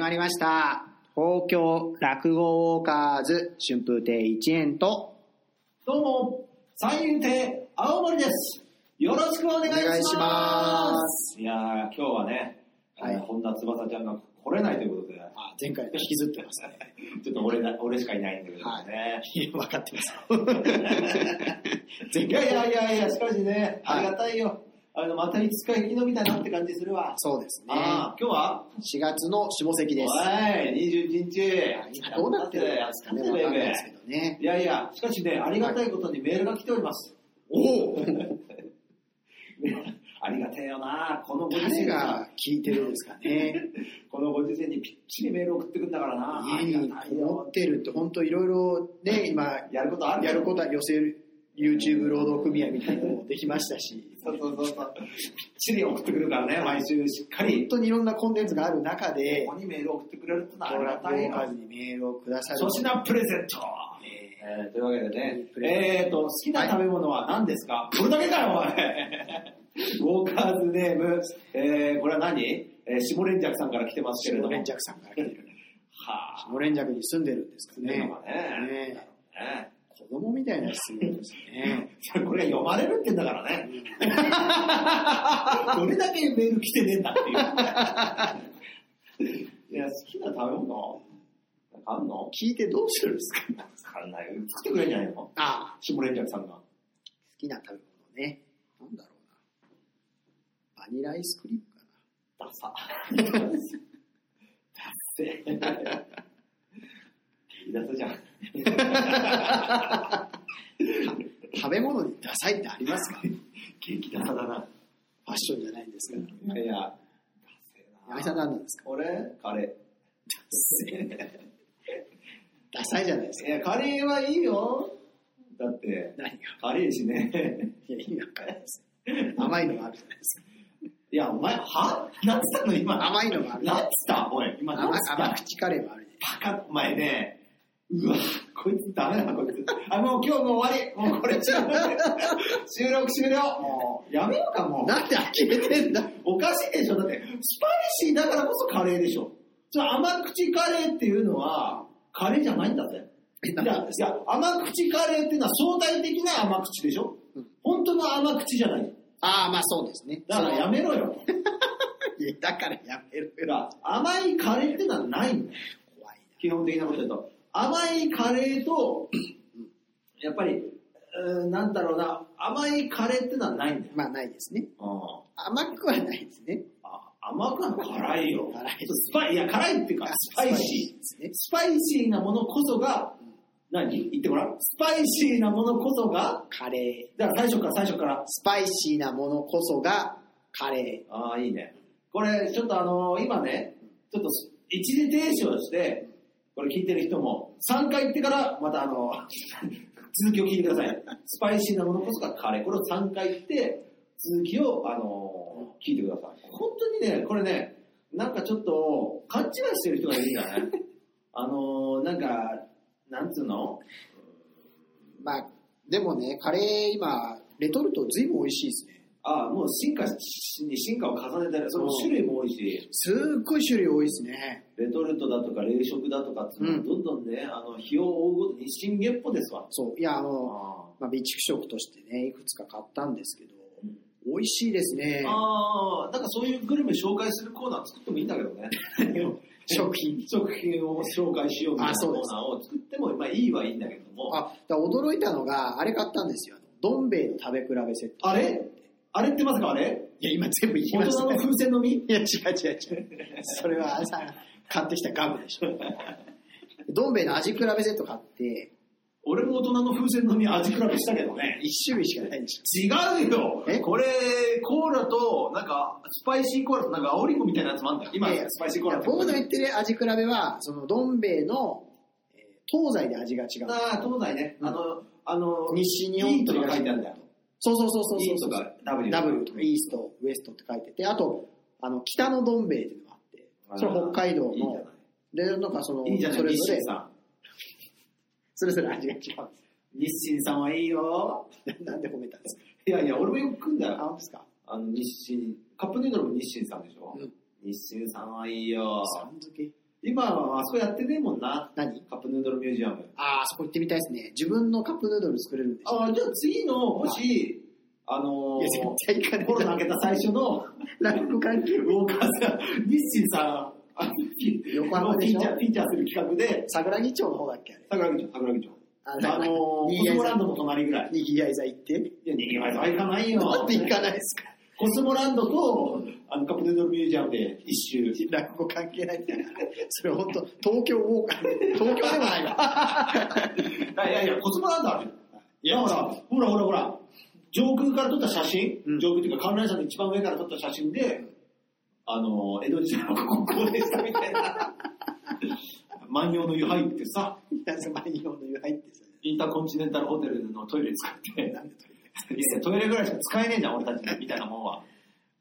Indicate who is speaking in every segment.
Speaker 1: まりました。東京落語ウォーカーズ春風亭一円と
Speaker 2: どうも、三遊亭青森です。よろしくお願いします。
Speaker 1: お願いします
Speaker 2: いやー、今日はね、
Speaker 1: はい
Speaker 2: あの本田翼ちゃんが来れないということで、
Speaker 1: あ前回引きずってますね。
Speaker 2: ちょっと俺な俺しかいないんだけどね。
Speaker 1: いや分かってます。
Speaker 2: い、やいやいやいや、しかしね、
Speaker 1: はい
Speaker 2: ありがたいよ。あの、またいつか生き延びたなって感じするわ。
Speaker 1: そうですね。
Speaker 2: ああ、今日は
Speaker 1: 4月の下関です。
Speaker 2: はい、21日。
Speaker 1: 今どうなってるんですかね、
Speaker 2: 頑
Speaker 1: 分
Speaker 2: 張
Speaker 1: か
Speaker 2: っ
Speaker 1: んない
Speaker 2: て
Speaker 1: で
Speaker 2: ね
Speaker 1: すけどね。
Speaker 2: いやいや、しかしね、ありがたいことにメールが来ております。
Speaker 1: おお
Speaker 2: ねありがたいよなこのご時世
Speaker 1: 誰
Speaker 2: に
Speaker 1: が聞いてるんですかね。
Speaker 2: このご時世にぴっちりメール送ってくんだからなあ
Speaker 1: 家
Speaker 2: り
Speaker 1: に
Speaker 2: がたい
Speaker 1: 持
Speaker 2: よ
Speaker 1: ってるって本当いろいろね、今
Speaker 2: やることある
Speaker 1: やることは寄せる YouTube 労働組合みたいなのもできましたし。
Speaker 2: そうそうそうそうぴっちり送ってくるからね毎週しっかり
Speaker 1: 本当にいろんなコンテンツがある中で
Speaker 2: こ、こにメール送ってくれるってのはあ
Speaker 1: ド
Speaker 2: り
Speaker 1: ラ
Speaker 2: が
Speaker 1: ゴ
Speaker 2: たい
Speaker 1: ン
Speaker 2: よ
Speaker 1: カーズにメールをくださる。
Speaker 2: 粗品プレゼント、
Speaker 1: え
Speaker 2: えーというわけでね
Speaker 1: プ、レ
Speaker 2: えーと、好きな食べ物は何ですか、これだけかよ、おい ウォーカーズネーム、えーこれは何えー、下連着さんから来てま
Speaker 1: ー
Speaker 2: すけれ
Speaker 1: 下
Speaker 2: ども。
Speaker 1: 連着さんから来てる。
Speaker 2: はあ、
Speaker 1: 下連着に住んでるんですか
Speaker 2: ね
Speaker 1: ね。
Speaker 2: ね
Speaker 1: ね
Speaker 2: ね
Speaker 1: 子供みたいな質問ですね。
Speaker 2: それ これ読まれるってんだからね。どれだけメール来てねえんだって いう。いや、好きな食べ物なんかあんの
Speaker 1: 聞いてどうするんですか
Speaker 2: わかんない。作ってくれんじゃないの
Speaker 1: ああ、
Speaker 2: 下連着さんが。
Speaker 1: 好きな食べ物ね。なんだろうな。バニラアイスクリームか
Speaker 2: ダサ。ダッセ。ダサじゃん。
Speaker 1: な。食べ物にダサいってありますかフ
Speaker 2: 激ダサだな。
Speaker 1: ァッションじゃないんですから。
Speaker 2: いやいや、ダ
Speaker 1: 矢部
Speaker 2: セ
Speaker 1: さ。
Speaker 2: なん
Speaker 1: 何なん ですか
Speaker 2: 俺カレ
Speaker 1: ダサいじゃないです
Speaker 2: ー。
Speaker 1: か。
Speaker 2: いや、カレーはいいよ。だって、
Speaker 1: 何が
Speaker 2: カレーしね。
Speaker 1: いや、意味わかんないです。甘いのがあるじゃないですか。
Speaker 2: いや、お前、はなんつったの今。
Speaker 1: 甘いのがあるじゃ
Speaker 2: な
Speaker 1: ない
Speaker 2: んつったおい、今なんつ
Speaker 1: 甘
Speaker 2: った
Speaker 1: 甘口カレーもあるじゃない
Speaker 2: バカ、お前ね。うわ、こいつダメだな、こいつ。あ、もう今日もう終わり。もうこれ終了。収録終了。もう、やめようか、もう。
Speaker 1: なんで呆れてんだ
Speaker 2: おかしいでしょ。だって、スパイシーだからこそカレーでしょ。それ甘口カレーっていうのは、カレーじゃないんだぜ。
Speaker 1: え
Speaker 2: い
Speaker 1: な
Speaker 2: や、
Speaker 1: ん
Speaker 2: い
Speaker 1: で
Speaker 2: や、甘口カレーっていうのは相対的な甘口でしょ。本当の甘口じゃない。
Speaker 1: ああ、まあそうですね。
Speaker 2: だからやめろよ。
Speaker 1: いやだからやめる
Speaker 2: だから甘いカレーってのはないんだよ。
Speaker 1: 怖い
Speaker 2: 基本的なことだと。甘いカレーと、やっぱり、うーんなんだろうな、甘いカレーってのはないんだよ。
Speaker 1: な。まあないですね。甘くはないですね。
Speaker 2: あ甘くは辛いよ。
Speaker 1: 辛い
Speaker 2: スパイ、いや、辛いっていうか、スパイシ
Speaker 1: です
Speaker 2: ー
Speaker 1: ね。。
Speaker 2: スパイシーなものこそが、何言ってごらん。スパイシーなものこそが、
Speaker 1: カレ
Speaker 2: だから最初から最初から
Speaker 1: ー。。スパイシーなものこそがカレ
Speaker 2: ああ、いいね。これ、ちょっとあのー今ね、ちょっとす一時停止をして、これ聞いてる人も、3回言ってから、またあのー 続きを聞いてください。スパイシーなものこそがカレー。これを3回言って、続きを、あのー聞いてください。本当にね、これね、なんかちょっと、勘違いしてる人がいるんだね。あのーなんか、なんつうの
Speaker 1: ー。まあ、でもね、カレー今、レトルトずいぶん美味しいですね。
Speaker 2: ああ、もう進化しに進化を重ねてる。その種類も多いし。
Speaker 1: すっごい種類多いですね。
Speaker 2: レトルトだとか冷食だとかっていうのは
Speaker 1: うん
Speaker 2: どんどんね、あの、日を追うごとに新月歩ですわ。
Speaker 1: そう。いや、あの、
Speaker 2: あ
Speaker 1: まあ、備蓄食としてね、いくつか買ったんですけど
Speaker 2: うん、
Speaker 1: 美味しいですね。
Speaker 2: あー、なんかそういうグルメ紹介するコーナー作ってもいいんだけどね。
Speaker 1: 食品。
Speaker 2: 食品を紹介しようみたい
Speaker 1: あ
Speaker 2: な
Speaker 1: そう
Speaker 2: コ
Speaker 1: で
Speaker 2: ー
Speaker 1: す
Speaker 2: ナーを作っても、まあいいはいいんだけども。あ
Speaker 1: あ、だから驚いたのが、あれ買ったんですよ。あのどん兵衛の食べ比べセット。
Speaker 2: れあれってますかあれ
Speaker 1: いや、今全部言い
Speaker 2: 大
Speaker 1: ました
Speaker 2: 人の
Speaker 1: ね。
Speaker 2: 風船の実
Speaker 1: いや、違う違う違う。それはさ、買ってきたガムでしょ。 どん兵衛の味比べセット買って、
Speaker 2: 俺も大人の風船の実味比べしたけどね。
Speaker 1: 一種類しかないでし
Speaker 2: 違うよ
Speaker 1: え
Speaker 2: これ、コーラと、なんか、スパイシーコーラとなんか青リンゴみたいなやつもあんだよ。
Speaker 1: ょ。
Speaker 2: 今
Speaker 1: いやい、や
Speaker 2: スパイシーコーラ
Speaker 1: い
Speaker 2: っ
Speaker 1: や
Speaker 2: て。
Speaker 1: 僕の言ってる味比べは、その、どん兵衛の、えー東西で味が違う。
Speaker 2: ああ、東西ね。
Speaker 1: うん
Speaker 2: あの、あの、
Speaker 1: 西日本
Speaker 2: E とか書いてあるんだよ。
Speaker 1: そうそうそうそうそう
Speaker 2: E とか W。
Speaker 1: W とかイースト、ウエストって書いてて、あと、あの、北のどん兵衛っていうのがあって、それ北海道
Speaker 2: いいじゃ
Speaker 1: の、で、なんかその、
Speaker 2: ない。いいじゃない、
Speaker 1: それ
Speaker 2: 日
Speaker 1: ぞれ
Speaker 2: 清、さん。
Speaker 1: それぞれ味が違うん です。
Speaker 2: 日清さんはいいよ。
Speaker 1: なんで褒めたんですか
Speaker 2: いやいや、俺もよく食うんだ
Speaker 1: あ、
Speaker 2: よ。
Speaker 1: 本当ですか
Speaker 2: あの、日清。カップヌードルも日清さんでしょ
Speaker 1: うん。
Speaker 2: 日清さんはいいよ。
Speaker 1: さん付け
Speaker 2: い今はあそこやってねえもんな。
Speaker 1: 何
Speaker 2: カップヌードルミュージアム。
Speaker 1: ああ、そこ行ってみたいですね。自分のカップヌードル作れるんでしょ。
Speaker 2: あじゃあ次の、もし、あの
Speaker 1: いや、絶対行かな
Speaker 2: ー、
Speaker 1: い。
Speaker 2: コロナ明けた最初の、
Speaker 1: 落語関係
Speaker 2: ウォーカーさん、日清さん、あのピ
Speaker 1: 横浜でしょ
Speaker 2: ピーチャー、ピーチャーする企画で、
Speaker 1: 桜木町の方だっけあれ。
Speaker 2: 桜木町、桜木町。
Speaker 1: あ
Speaker 2: あのー、コ
Speaker 1: にぎ
Speaker 2: ス
Speaker 1: やい
Speaker 2: モラ
Speaker 1: 座
Speaker 2: ンドの隣ぐらい。
Speaker 1: にぎやい座行って。
Speaker 2: いや、にぎわいとは行かないよ。
Speaker 1: なんで行かないですか
Speaker 2: コスモランドと、あの、カップヌードルミュージアムで一周。
Speaker 1: 落語関係ないって。それ本当東京ウォーカー。東京でもないわ。
Speaker 2: あいやいや、コスモランドあるよ。いや、ほら、ほらほらほら、上空から撮った写真、
Speaker 1: うん
Speaker 2: 上空っていうか観覧車の一番上から撮った写真で、あの、江戸時代の国宝でしたみたい な。万葉の湯入ってさ、
Speaker 1: 皆様、日本の湯入ってさ。
Speaker 2: インターコンチネンタルホテルのトイレ使って、いやトイレぐらいしか使えねえじゃん、俺たちみたいなもんは。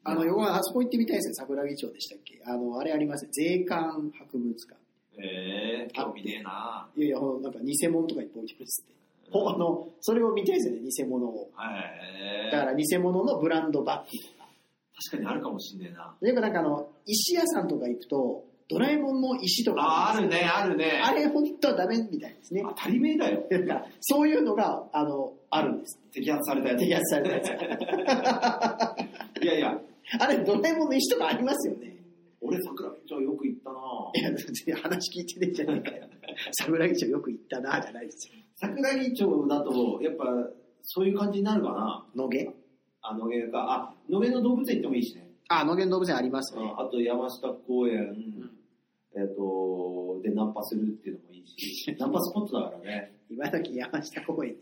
Speaker 1: あの、横浜、あそこ行ってみたいですね。桜木町でしたっけあの、あれありますね。税関博物館。
Speaker 2: ええ興味ねえない
Speaker 1: やいや、ほんとなんか偽物とかいっぱい置いてますって。ほあの、それを見たいですよね、偽物を。
Speaker 2: え
Speaker 1: だ
Speaker 2: え
Speaker 1: から偽物のブランドバッグとか。
Speaker 2: 確かにあるかもしんねえな。
Speaker 1: よくなんかあの、石屋さんとか行くと、ドラえもんの石とか。
Speaker 2: あ、あるね、あるね。
Speaker 1: あれ本当はダメみたいですね。
Speaker 2: 当たり前だよ。
Speaker 1: だから、そういうのが、あの、あるんです。
Speaker 2: 摘発されたやつ。
Speaker 1: 摘発されたやつ
Speaker 2: いやいや、
Speaker 1: あれ、ドラえもんの石とかありますよね。
Speaker 2: 俺桜木町よく行ったない
Speaker 1: や、別に話聞いてねえじゃねえ かよ。桜木町よく行ったな、じゃないですよ。
Speaker 2: 桜木町だと、やっぱ、そういう感じになるかな
Speaker 1: 野毛
Speaker 2: あ、野毛か。あ、野毛の動物園行ってもいいしね。
Speaker 1: あ、野毛の動物園あります
Speaker 2: う
Speaker 1: ね
Speaker 2: ん。あと山下公園、えっ、と、で、ナンパするっていうのもい いし。ナンパスポットだからね。
Speaker 1: 今時山下公園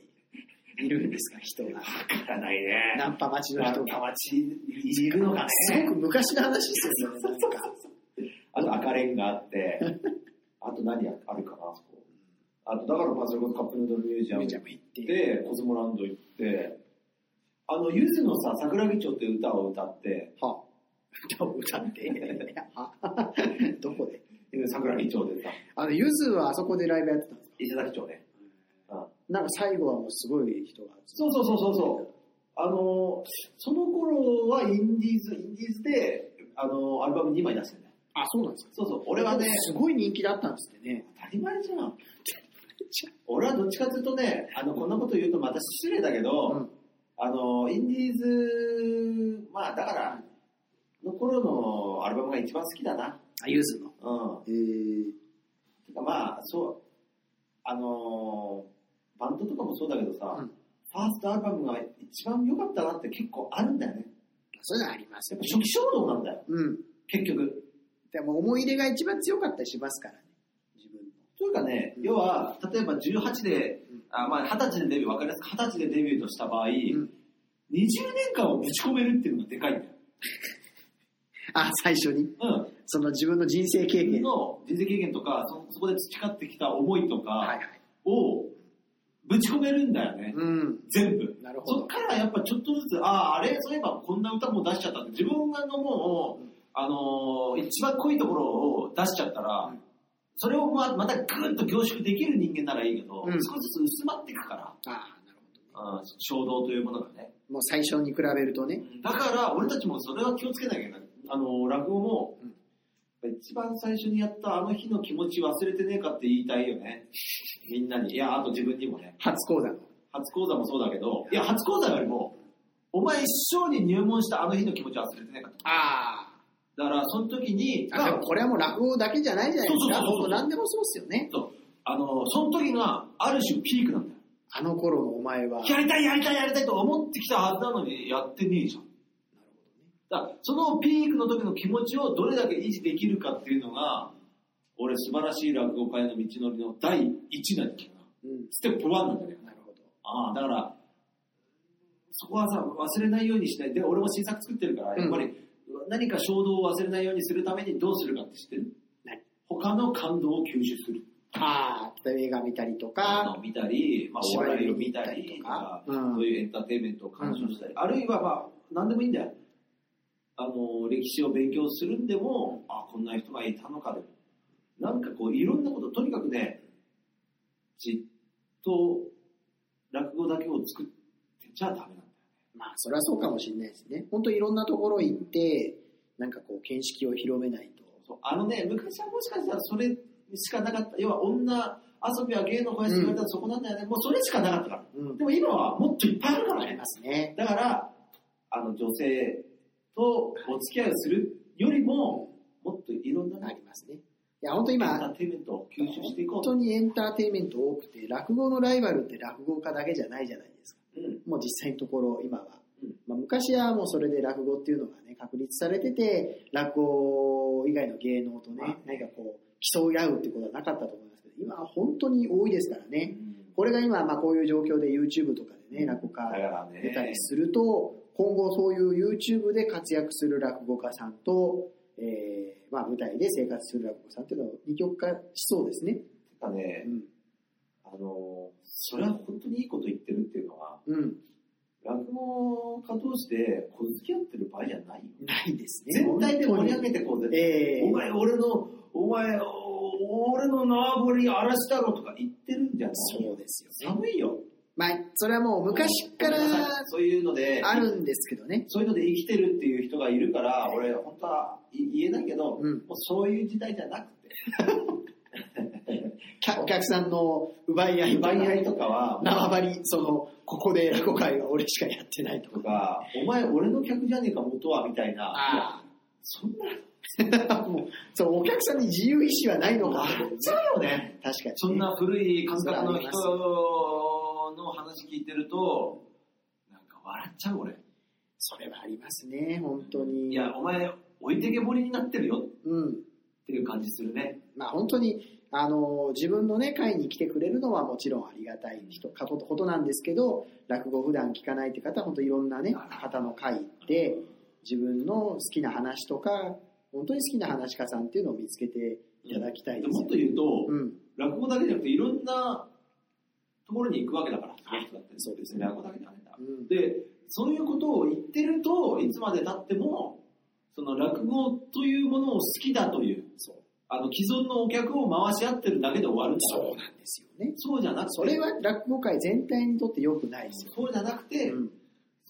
Speaker 1: にいるんですか、人が。
Speaker 2: わからないね
Speaker 1: ナンパ待ちの
Speaker 2: ナ
Speaker 1: 人
Speaker 2: ン
Speaker 1: が
Speaker 2: パ。町いるのかね。
Speaker 1: すごく昔の話ですよね。なんか
Speaker 2: あと赤レンガあって、あと何あるかな、あそこ。あと、だからまあそれこそカップヌードルミュージアム
Speaker 1: ミュージア
Speaker 2: 行っ
Speaker 1: ム行って。
Speaker 2: て、コスモランド行って、あの、ゆずのさ、桜木町って歌を歌って、
Speaker 1: はあ、歌を歌って。 はどこで
Speaker 2: 桜木町でさ、
Speaker 1: あの、ゆずはあそこでライブやってたんですか
Speaker 2: 伊勢崎町ね。うん
Speaker 1: なんか最後はもうすごい人が集
Speaker 2: そうそうそうそうそう。あの、その頃はインディーズ、インディーズで、あの、アルバム2枚出してね。
Speaker 1: まあ、そうなんですか
Speaker 2: そうそう、
Speaker 1: こ
Speaker 2: 俺
Speaker 1: れは
Speaker 2: は
Speaker 1: ね
Speaker 2: ね、、
Speaker 1: すごい人気だったんですってね。
Speaker 2: 当たり前じゃん。俺はどっちかというとね、あの、こんなこと言うとまた失礼だけど、
Speaker 1: うん
Speaker 2: あの、インディーズ、まあだから、の頃のアルバムが一番好きだな。
Speaker 1: あ、ゆずの。
Speaker 2: う
Speaker 1: え
Speaker 2: ん。
Speaker 1: ー、
Speaker 2: てかまあ、そう、あのーバンドとかもそうだけどさ、
Speaker 1: うん
Speaker 2: ファーストアルバムが一番良かったなって結構あるんだよね。
Speaker 1: そういうのあります
Speaker 2: やっ
Speaker 1: よ
Speaker 2: ぱ。初期衝動なんだよ、
Speaker 1: うん。
Speaker 2: 結局。
Speaker 1: でも思い入れが一番強かったりしますからね。自分の。
Speaker 2: というかね、要は、例えば18で、あまあ20歳でデビュー、わかりやすく20歳でデビューとした場合、
Speaker 1: うん
Speaker 2: 20年間をぶち込めるっていうのがでかいんだよ。
Speaker 1: あ、最初に。
Speaker 2: うん。
Speaker 1: その自分の人生経
Speaker 2: 自分
Speaker 1: 験。は
Speaker 2: の人生経験とか、そそこで培ってきた思いと
Speaker 1: い
Speaker 2: か
Speaker 1: はい。
Speaker 2: をぶち込めるんだよね。
Speaker 1: うん。
Speaker 2: 全部。
Speaker 1: なるほど
Speaker 2: そっからやっぱちょっとずつ、ああ、あれ、そういえばこんな歌も出しちゃったって、自分がのもう、あのー一番濃いところを出しちゃったら、
Speaker 1: うん
Speaker 2: それをままたぐーっと凝縮できる人間ならいいけど、
Speaker 1: うん
Speaker 2: 少しずつ薄まっていくから、
Speaker 1: ああ、なるほ
Speaker 2: うん衝動というものがね。
Speaker 1: ど。もう最初に比べるとね。
Speaker 2: だから、俺たちもそれは気をつけなきゃいけない。あの、落語も、一番最初にやったあの日の気持ち忘れてねえかって言いたい よね。みんなに。いや、あと自分にもね。
Speaker 1: 初講座の。
Speaker 2: 初講座もそうだけど、いや、初講座よりも、お前一生に入門したあの日の気持ち忘れてねえかと。
Speaker 1: ああ。
Speaker 2: だから、その時に、
Speaker 1: あでもこれはもう落語だけじゃないじゃないですか。
Speaker 2: そうそうそうそう
Speaker 1: もう何でもそうですよね。
Speaker 2: そうあの、その時がある種ピークなんだよ。
Speaker 1: あの頃のお前は。
Speaker 2: やりたい、やりたい、やりたいと思ってきたはずなのに、やってねえじゃん。だから、そのピークの時の気持ちをどれだけ維持できるかっていうのが、俺、素晴らしい落語界の道のりの第一なんだけどな。
Speaker 1: うん。
Speaker 2: ステップ1なんだけど。
Speaker 1: なるほど。
Speaker 2: ああ、だから、そこはさ、忘れないようにしない。で、俺も新作作ってるから、やっぱり、何か衝動を忘れないようにするためにどうするかって知ってる
Speaker 1: 何
Speaker 2: 他の感動を吸収する。
Speaker 1: ああ、例えば映画見たりと
Speaker 2: あ
Speaker 1: か、
Speaker 2: の見たり、まあ、お笑いを見た
Speaker 1: 芝居を見た
Speaker 2: り
Speaker 1: り
Speaker 2: と
Speaker 1: と
Speaker 2: か
Speaker 1: か、うん
Speaker 2: そういうエンターテインメントを鑑賞したり、あるいはまあ、何でもいいんだよ。あの、歴史を勉強するんでも、あ、こんな人がいたのかでも。なんかこう、いろんなこと、とにかくね、じっと落語だけを作ってちゃダメなんだよ。
Speaker 1: まあそれはそうかもしれないですね。本当いろんなところ行って、なんかこう見識を広めないと、
Speaker 2: そうあのね、昔はもしかしたらそれしかなかった。要は女遊びは芸の肥やしって言われたらそこなんだよね。もうそれしかなかったから。
Speaker 1: うん。
Speaker 2: でも今はもっといっぱいあるから
Speaker 1: あり
Speaker 2: ね
Speaker 1: ま。すね。
Speaker 2: だから、あの女性とお付き合いをするよりも、もっといろんな
Speaker 1: あ
Speaker 2: エン
Speaker 1: りますね。いや、本当
Speaker 2: タ
Speaker 1: 今、
Speaker 2: ーテインメントを吸収していこ
Speaker 1: 本
Speaker 2: うと。
Speaker 1: 当にエンターテインメント多くて、落語のライバルって落語家だけじゃないじゃないですか。
Speaker 2: うん
Speaker 1: もう実際のところ、今は。
Speaker 2: うん
Speaker 1: まあ、昔はもうそれで落語っていうのがね、確立されてて、落語以外の芸能とね、
Speaker 2: まあね
Speaker 1: 何かこう、競い合うってことはなかったと思いますけど、今は本当に多いですからね。これが今、まあこういう状況で YouTube とかでね、落語
Speaker 2: だか
Speaker 1: 家
Speaker 2: らね、
Speaker 1: 出たりすると、今後そういう YouTube で活躍する落語家さんと、えーまあ舞台で生活する落語家さんっていうのを二極化しそうですね。
Speaker 2: てかね
Speaker 1: う、ん。
Speaker 2: あの、それは本当にいいこと言ってるっていうのは、
Speaker 1: うん。
Speaker 2: 落語家通して、こ付き合ってる場合じゃないよ。
Speaker 1: ないですね。
Speaker 2: 全体で盛り上げてこうぜ。
Speaker 1: ええ
Speaker 2: お前、俺の、お前、お俺の縄張り荒らしたろとか言ってるんじゃない
Speaker 1: そうですよね。
Speaker 2: 寒いよ。
Speaker 1: まあ、それはもう昔から
Speaker 2: そういうので、
Speaker 1: あるんですけどね。
Speaker 2: そういうので生きてるっていう人がいるから、俺、本当はい言えないけど、
Speaker 1: うん
Speaker 2: もうそういう時代じゃなくて、
Speaker 1: 客お客さんの奪い合い、
Speaker 2: 奪い合いとかは、
Speaker 1: 縄張り、その、ここで落語会は俺しかやってないと
Speaker 2: と
Speaker 1: か。
Speaker 2: か、お前、俺の客じゃねえか、元は、みたいな。いや
Speaker 1: あ
Speaker 2: そんな、
Speaker 1: あ。 もう、そう、お客さんに自由意志はないのか。
Speaker 2: そうよね。
Speaker 1: 確かに。
Speaker 2: そんな古い感覚の
Speaker 1: そうあり
Speaker 2: 人
Speaker 1: ます
Speaker 2: の話聞いてると、なんか笑っちゃう俺。
Speaker 1: それはありますね、本当に。
Speaker 2: いや、お前、置いてけぼりになってるよ
Speaker 1: うん。
Speaker 2: っていう感じするね。
Speaker 1: まあ本当に、あの、自分のね、会に来てくれるのはもちろんありがたい人、かとことなんですけど、落語普段聞かないって方は本当いろんなね、方の会で、自分の好きな話とか、本当に好きな話家さんっていうのを見つけていただきたいで
Speaker 2: で
Speaker 1: す
Speaker 2: も
Speaker 1: よ
Speaker 2: っと言うと、
Speaker 1: うん。
Speaker 2: 落語だけじゃなくていろんなところに行くわけだから、
Speaker 1: はい
Speaker 2: そうだってそうですね、落語だけじゃないんだ。
Speaker 1: うん。
Speaker 2: で、そういうことを言ってると、いつまで経っても、その落語というものを好きだという、
Speaker 1: そう。
Speaker 2: あの既存のお客を回し合ってるだけで終わるんだから
Speaker 1: なんですよね。
Speaker 2: そうじゃなくて、
Speaker 1: それは落語界全体にとって良くないですよ。
Speaker 2: そうじゃなくて、
Speaker 1: うん。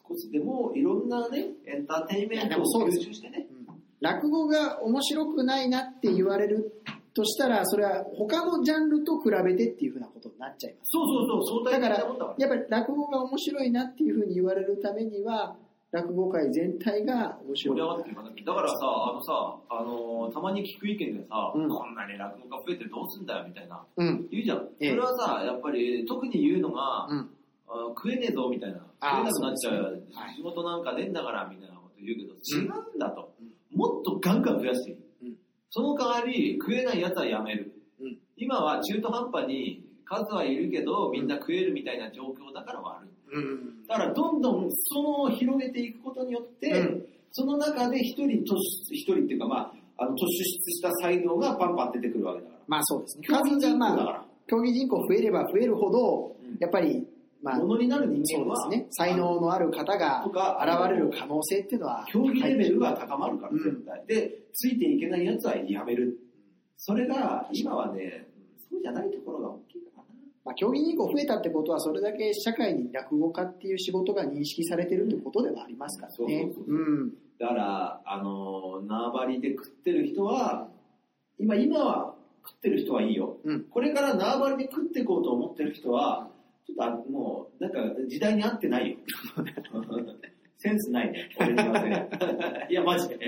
Speaker 2: 少しでもいろんなね、エンターテインメン
Speaker 1: いやで
Speaker 2: ト
Speaker 1: もそ
Speaker 2: を
Speaker 1: うです
Speaker 2: 吸収してね。
Speaker 1: 落語が面白くないなって言われるとしたら、それは他のジャンルと比べてっていうふうなことになっちゃいます。
Speaker 2: そうそうそう、相対的なもんだから。
Speaker 1: やっぱり落語が面白いなっていうふうに言われるためには、落語界全体が面
Speaker 2: 盛
Speaker 1: 白い
Speaker 2: り上がっていかなきゃ。だからさ、あのさ、あのーたまに聞く意見でさ、
Speaker 1: うん
Speaker 2: こんなに落語家増えてどうすんだよみたいな、
Speaker 1: うん。
Speaker 2: 言うじゃん。そ
Speaker 1: ええ
Speaker 2: れはさ、やっぱり特に言うのが、
Speaker 1: うん。
Speaker 2: あー食えねえぞみたいな、食
Speaker 1: あ
Speaker 2: え
Speaker 1: ー
Speaker 2: なくなっちゃう
Speaker 1: そ
Speaker 2: よ
Speaker 1: うですねはい
Speaker 2: 仕事なんかねえんだからみたいなこと言うけど、
Speaker 1: ん
Speaker 2: 違うんだと、
Speaker 1: うん
Speaker 2: もっとガンガン増やしていい。
Speaker 1: うん
Speaker 2: その代わり、食えないやつはやめる。
Speaker 1: うん
Speaker 2: 今は中途半端に数はいるけど、みんな食えるみたいな状況だから悪い。
Speaker 1: うん。
Speaker 2: だからどんどんそのを広げていくことによって、
Speaker 1: うん
Speaker 2: その中で一人突出、一人っていうかまあ、あの突出した才能がパンパン出てくるわけだから。
Speaker 1: まあそうですね。
Speaker 2: 競技
Speaker 1: 数
Speaker 2: 人
Speaker 1: がま
Speaker 2: 口だ
Speaker 1: あ、
Speaker 2: か
Speaker 1: 競技人口増えれば増えるほど
Speaker 2: うん、
Speaker 1: やっぱり、ま
Speaker 2: ら、
Speaker 1: あ、
Speaker 2: も
Speaker 1: そう
Speaker 2: のになる
Speaker 1: で
Speaker 2: 人間
Speaker 1: す
Speaker 2: は、
Speaker 1: ね。才能のある方
Speaker 2: と
Speaker 1: が
Speaker 2: か
Speaker 1: 現れる可能性っていうのは、
Speaker 2: 競技レベルが高まるから、
Speaker 1: うん
Speaker 2: 絶対。で、ついていけないやつはやめる。それが、今はね、そうじゃないところが大きいかな。
Speaker 1: まあ、競技人口増えたってことは、それだけ社会に落語家っていう仕事が認識されてるってことではありますからね
Speaker 2: そうそう。そう
Speaker 1: うん。
Speaker 2: だから、あの、縄張りで食ってる人は、今、今は食ってる人はいいよ。
Speaker 1: うん
Speaker 2: これから縄張りで食っていこうと思ってる人は、ちょっとあもう、なんか時代に合っ てないよ。センスないね。俺に言わ せるいや、マジで。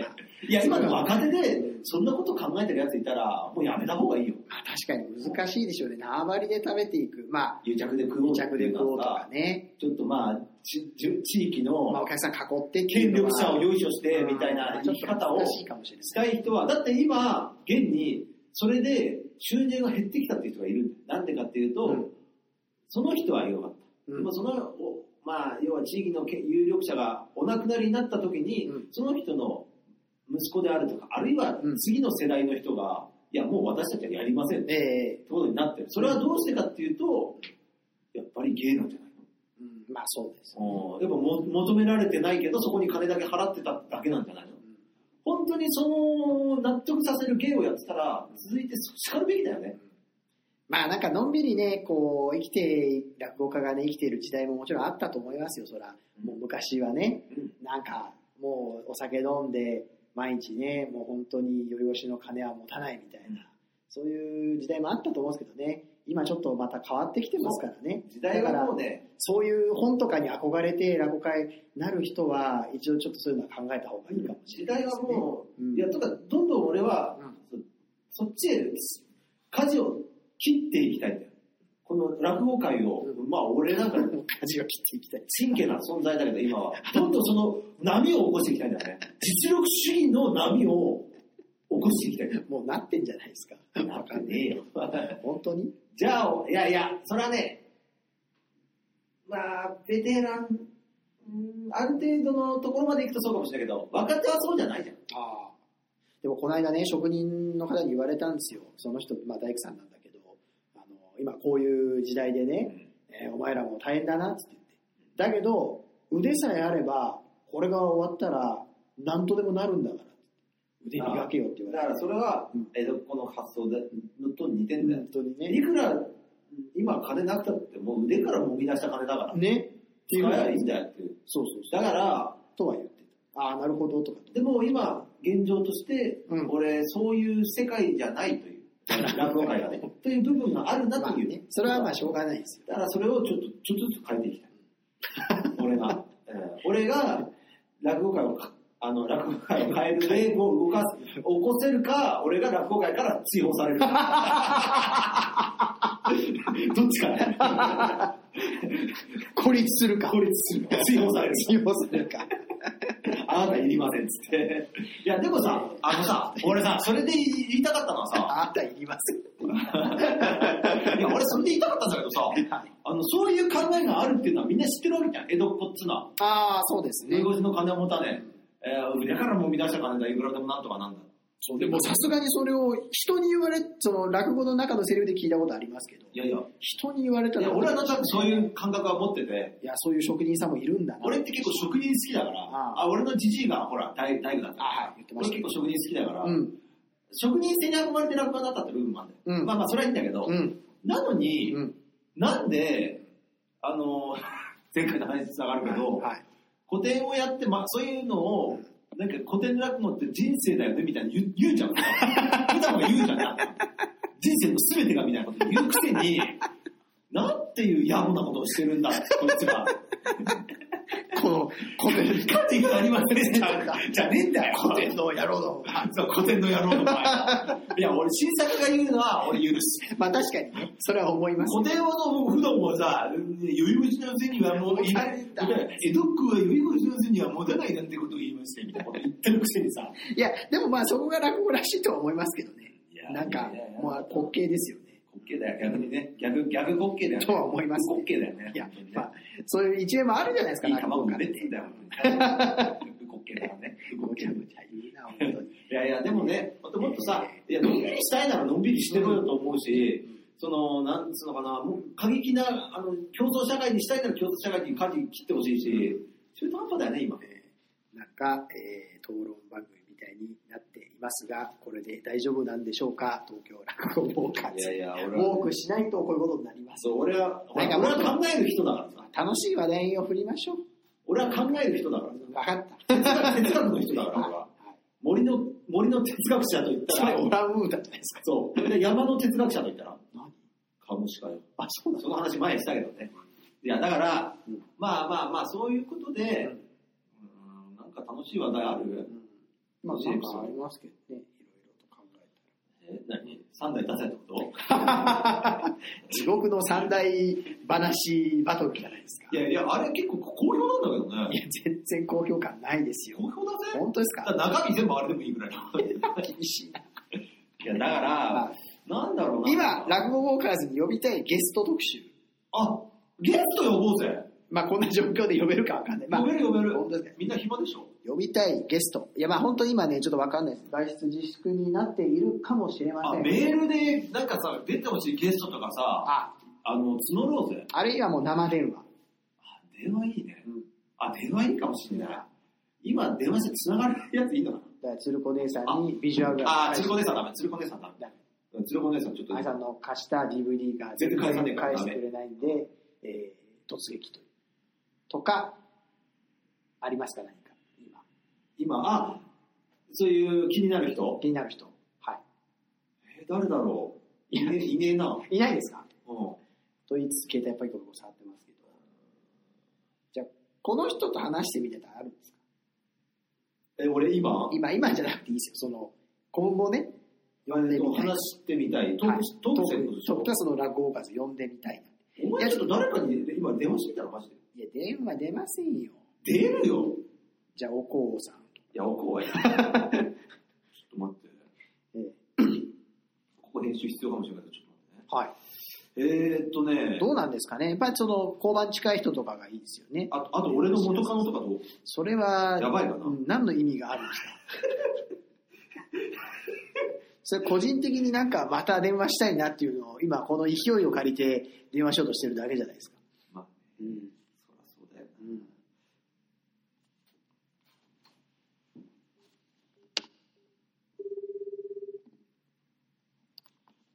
Speaker 2: いや、今の若手で、そんなこと考えてるやついたら、もうやめた方がいいよ。
Speaker 1: まあ確かに難しいでしょうね。縄張りで食べていく。まあ、
Speaker 2: 癒着で食おう
Speaker 1: 癒
Speaker 2: って
Speaker 1: 着
Speaker 2: い
Speaker 1: で
Speaker 2: うの
Speaker 1: 食おうと
Speaker 2: はさ
Speaker 1: かね。
Speaker 2: ちょっとまあ、ちじ地域
Speaker 1: まあ、
Speaker 2: の
Speaker 1: お客さん囲ってっていう
Speaker 2: 権
Speaker 1: のは
Speaker 2: 力者を用意してみたいな生き方を
Speaker 1: ちょっと難しいかもしれ
Speaker 2: したい人は、だって今、現に、それで収入が減ってきたっていう人がいるんだよ。なんでかっていうと、
Speaker 1: うん
Speaker 2: その人は良かった。
Speaker 1: うん
Speaker 2: でもその、おまあ、要は地域のけ有力者がお亡くなりになった時に、
Speaker 1: うん
Speaker 2: その人の息子であるとか、あるいは
Speaker 1: うん
Speaker 2: 次の世代の人が、いや、もう私たちはやりません
Speaker 1: な
Speaker 2: ね。
Speaker 1: い。ええ
Speaker 2: ってことになってる。それはどうしてかっていうと、やっぱり芸なんじゃないの
Speaker 1: うんまあそうです。
Speaker 2: うんやっぱも求められてないけど、そこに金だけ払ってただけなんじゃないの、本当にその納得させる芸をやってたら、続いて叱るべきだよね。
Speaker 1: まあなんかのんびりね、こう、生きて、落語家がね、生きている時代ももちろんあったと思いますよ、そら。もう昔はね、なんか、もうお酒飲んで、毎日ね、もう本当に夜越しの金は持たないみたいな、そういう時代もあったと思うんですけどね、今ちょっとまた変わってきてますからね。
Speaker 2: 時代
Speaker 1: だか
Speaker 2: は
Speaker 1: ら
Speaker 2: もうね、
Speaker 1: そういう本とかに憧れて落語会なる人は、一応ちょっとそういうのは考えた方がいいかもしれ
Speaker 2: 時
Speaker 1: ない
Speaker 2: 代
Speaker 1: で
Speaker 2: は
Speaker 1: すね。
Speaker 2: もう、
Speaker 1: うん
Speaker 2: いや、とか、どんどん俺は、
Speaker 1: うん
Speaker 2: そっちへ、舵を切っていきたいんだよ。この落語界を、まあ俺なんか、
Speaker 1: もう舵を切っていきたい。
Speaker 2: 真剣な存在だけど、今は。どんどんその波を起こしていきたいんだよね。実力主義の波を起こしていきたいんだよ。
Speaker 1: もうなってんじゃないですか。
Speaker 2: なんかねえよ。
Speaker 1: 本当に
Speaker 2: じゃあ、いやいや、それはね、まあ、ベテラン、うんある程度のところまで行くとそうかもしれないけど、若手はそうじゃないじゃん。
Speaker 1: ああ。でもこの間ね、職人の方に言われたんですよ。その人、まあ大工さんなんだけど、あの、今こういう時代でね、えーお前らも大変だなって言って。だけど、腕さえあれば、これが終わったら、なんとでもなるんだから。腕磨けよって言われて。
Speaker 2: だからそれは
Speaker 1: うん、
Speaker 2: 江戸っ子の発想でのと似てんだよ
Speaker 1: 本。当に
Speaker 2: い
Speaker 1: ね。
Speaker 2: くら、今金なくたって、もう腕からもみ出した金だから、
Speaker 1: ね。って
Speaker 2: 使え
Speaker 1: いう
Speaker 2: ばいいんだよっていう。
Speaker 1: そうそうそう。
Speaker 2: だから、
Speaker 1: とは言ってた。ああ、なるほど、とかと。
Speaker 2: でも今、現状として、
Speaker 1: うん
Speaker 2: 俺、そういう世界じゃないという、落語界がね、という部分があるな
Speaker 1: まあ
Speaker 2: という。
Speaker 1: ね、それはまあしょうがないですよ。
Speaker 2: だからそれをちょっと、ちょっとずつ変えていきたい。俺が。うん俺が、落語界をか、あの、落語界を変えるレーを動かす、起こせるか、俺が落語界から追放される か。どっちかね。
Speaker 1: 孤立するか。
Speaker 2: 孤立する。追放される。
Speaker 1: 追放される か。
Speaker 2: あなたいりませんっつって。いや、でもさ、あのさ、俺さ、それで言いたかったのはさ、
Speaker 1: あなたいりません。
Speaker 2: いや、俺それで言いたかったんだけどさ、あの、そういう考えがあるっていうのはみんな知ってるわけじゃん。江戸っ子っつうのは。
Speaker 1: ああ、そうですね
Speaker 2: 梅。越しの金を持たねえ、えー、腕からもみ出した金だ、いくらでもなんとかなんだ。
Speaker 1: そうでもさすがにそれを人に言われ、その落語の中のセリフで聞いたことありますけど、
Speaker 2: いやいや、
Speaker 1: 人に言われた
Speaker 2: い
Speaker 1: ら、
Speaker 2: や俺はなんとなくそういう感覚は持ってて、
Speaker 1: いや、そういう職人さんもいるんだな。
Speaker 2: 俺って結構職人好きだから、
Speaker 1: あ
Speaker 2: あ俺のじじいがほら、大大工だった。
Speaker 1: あはい、言ってま
Speaker 2: 俺
Speaker 1: した
Speaker 2: 結。構職人好きだから、
Speaker 1: うん、
Speaker 2: 職人性に憧れて落語家だったって部分もあるんだよ。
Speaker 1: うん
Speaker 2: まあまあ、それはいいんだけど、
Speaker 1: うん、
Speaker 2: なのに、
Speaker 1: うん。
Speaker 2: なんで、あの、 前回の話につながるけど、
Speaker 1: はい。
Speaker 2: 古典をやって、まあ、そういうのを、なんか古典落語って人生だよねみたいに言う言うじ ゃん。普段は言うじゃん。人生の全てがみたいなこと言うくせに、なんていう野暮なことをしてるんだ、こいつが。
Speaker 1: この、この、
Speaker 2: いかっていかなりませんねじゃじゃねえんだよ。
Speaker 1: 古典の野郎の。
Speaker 2: そう、古典の野郎の前。いや、俺、新作が言うのは俺許す。
Speaker 1: まあ確かにね、それは思います。
Speaker 2: 古典はもう普段もさ、余裕口のせにはもういない。
Speaker 1: 持たれた
Speaker 2: 江戸っ子は余裕口のせには持たないなんてことを言いまして、みたいなこと言ってるくせにさ。
Speaker 1: いや、でもまあそこが落語らしいとは思いますけどね
Speaker 2: い。や
Speaker 1: なんか
Speaker 2: いやいや、
Speaker 1: まあ滑稽ですよね。
Speaker 2: 滑稽だよ、逆にね。逆、逆滑稽だよね。
Speaker 1: とは思いますね
Speaker 2: 滑稽だよね。
Speaker 1: いや
Speaker 2: 本当に、ね
Speaker 1: まあ、そういう一面もあるじゃないですか、
Speaker 2: いい卵
Speaker 1: 落語
Speaker 2: が
Speaker 1: 家
Speaker 2: 出
Speaker 1: で
Speaker 2: てんだよ、 本当に滑稽だよね。
Speaker 1: ごちゃごちゃ言うな、本当に。
Speaker 2: いやいや、でもね、もっともっとさ、いや、のんびりしたいならのんびりしてこようと思うし、その、なんつうのかな、もう過激な、あの、競争社会にしたいなら競争社会に舵切ってほしいし、中途半端だよね、今。
Speaker 1: えーなんか、えー討論番組みたいになっていますが、これで大丈夫なんでしょうか、東京落語ボーカー
Speaker 2: いやいや、俺は
Speaker 1: 多、くしないとこういうことになります。
Speaker 2: そう、俺は、
Speaker 1: な
Speaker 2: 俺
Speaker 1: んか
Speaker 2: は考える人だからさ。
Speaker 1: 楽しい話題を振りましょう。
Speaker 2: 俺は考える人だから
Speaker 1: 分かった。
Speaker 2: さ。哲学哲学の人だから、俺は。森の、森の哲学者と言った
Speaker 1: それ
Speaker 2: ら
Speaker 1: オ、ランウータンじゃないですか。
Speaker 2: そう。で山の哲学者と言ったら、
Speaker 1: 何
Speaker 2: カモシカよ。
Speaker 1: あ、そうな
Speaker 2: その話前にしたけどね。いや、だから、
Speaker 1: うん
Speaker 2: まあまあまあ、そういうことで、
Speaker 1: うん
Speaker 2: うんなんか楽しい話題ある。
Speaker 1: まあ、なんかありますけどね、いろいろと考え
Speaker 2: え、何三台出せってこ
Speaker 1: たら。地獄の三大話バトルじゃないですか。
Speaker 2: といやいや、あれ結構好評なんだけど
Speaker 1: い
Speaker 2: ね。
Speaker 1: や、全然高評価ないですよ。
Speaker 2: 好評だぜ。
Speaker 1: 本当です
Speaker 2: だか
Speaker 1: から
Speaker 2: 中身全部あれでもいい ぐらいの。
Speaker 1: 厳しいな。
Speaker 2: いや、だから、なんだろうな。
Speaker 1: 今、落語ウォーカーズに呼びたいゲスト特集。
Speaker 2: あ、ゲスト呼ぼうぜ。
Speaker 1: まあ、こんな状況で呼べるかわかんない。まあ
Speaker 2: 呼、べる呼べる
Speaker 1: 本当ですね。
Speaker 2: みんな暇でしょ
Speaker 1: 呼びたいゲスト。いや、まあ、本当に今ね、ちょっとわかんないです。外出自粛になっているかもしれま
Speaker 2: あ、
Speaker 1: せん。
Speaker 2: メールで、なんかさ、出てほしいゲストとかさ、
Speaker 1: あ、
Speaker 2: あの、募ろうぜ。
Speaker 1: あるいはもう生電話。
Speaker 2: あ電話いいね。
Speaker 1: うん
Speaker 2: あ、電話いいかもしれない。今、電話して繋がるやついいのかな
Speaker 1: だから、鶴子姉さんにビジュアル
Speaker 2: あ
Speaker 1: が。
Speaker 2: ー、つるこ姉さんダメ、つるこ姉さんダ
Speaker 1: ダ
Speaker 2: メ。つるこ姉さんちょっと
Speaker 1: あい。さんの貸した DVD が
Speaker 2: 全然返さねえから
Speaker 1: 返してくれないんで、えー、突撃という。とか、ありますか、何か、今。
Speaker 2: 今、あ、そういう気になる人
Speaker 1: 気になる人。は
Speaker 2: えー誰だろう
Speaker 1: い。
Speaker 2: いねいねえな。
Speaker 1: いないですか
Speaker 2: うん
Speaker 1: と言いつつ携帯やっぱりここ触ってますけど。じゃあ、この人と話してみてたらあるんですか
Speaker 2: え、俺今、
Speaker 1: 今、今じゃなくていいですよ。その、今後ね、呼んでみたい。
Speaker 2: 話してみたい。トー
Speaker 1: はい
Speaker 2: クし、トークしてることでし
Speaker 1: トー
Speaker 2: ょ
Speaker 1: クはその落語オーカズ呼んでみたいな。
Speaker 2: お前ちょっと誰かに今電話してみたらマジで。
Speaker 1: いや、電話出ませんよ。
Speaker 2: 出るよ
Speaker 1: じゃあ、おこうさん。
Speaker 2: いや、おこわ い。ちょっと待って。
Speaker 1: ええ
Speaker 2: ここ編集必要かもしれないからちょっ
Speaker 1: はい。
Speaker 2: と待ってね。えーっとね、
Speaker 1: どうなんですかね。やっぱりその、交番近い人とかがいいですよね。
Speaker 2: あとあと俺の元カノとかどう
Speaker 1: それは、
Speaker 2: やばいかな
Speaker 1: うん何の意味があるんですか それ個人的になんかまた電話したいなっていうのを今この勢いを借りて電話しようとしてるだけじゃないですか。
Speaker 2: まあ、
Speaker 1: うん
Speaker 2: そりゃそうだよ。
Speaker 1: うん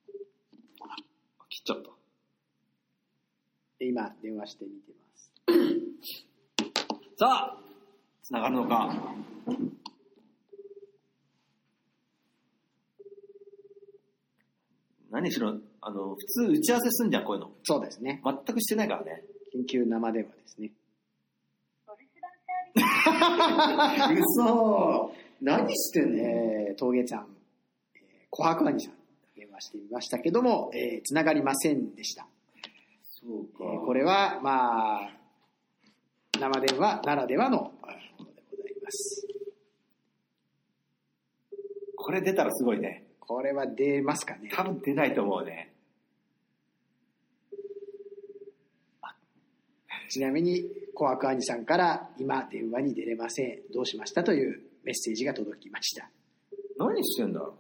Speaker 2: あ切っちゃった。
Speaker 1: で今電話してみてます。
Speaker 2: さあ、つながるのか。何しろ、あの、普通打ち合わせすんじゃん、こういうの。
Speaker 1: そうですね。
Speaker 2: 全くしてないからね。
Speaker 1: 緊急生電話ですね。
Speaker 2: 嘘
Speaker 1: 何してんの、えー、峠ちゃん、えー琥珀兄さん電話してみましたけども、えー、繋がりませんでした。
Speaker 2: そう
Speaker 1: え
Speaker 2: か。
Speaker 1: ーこれは、まあ、生電話ならではのあものでございます。
Speaker 2: これ出たらすごいね。
Speaker 1: これは出ますかね。
Speaker 2: 多分出ないと思うね。
Speaker 1: ちなみに、小悪兄さんから、今、電話に出れません。どうしましたというメッセージが届きました。
Speaker 2: 何してんだろうね。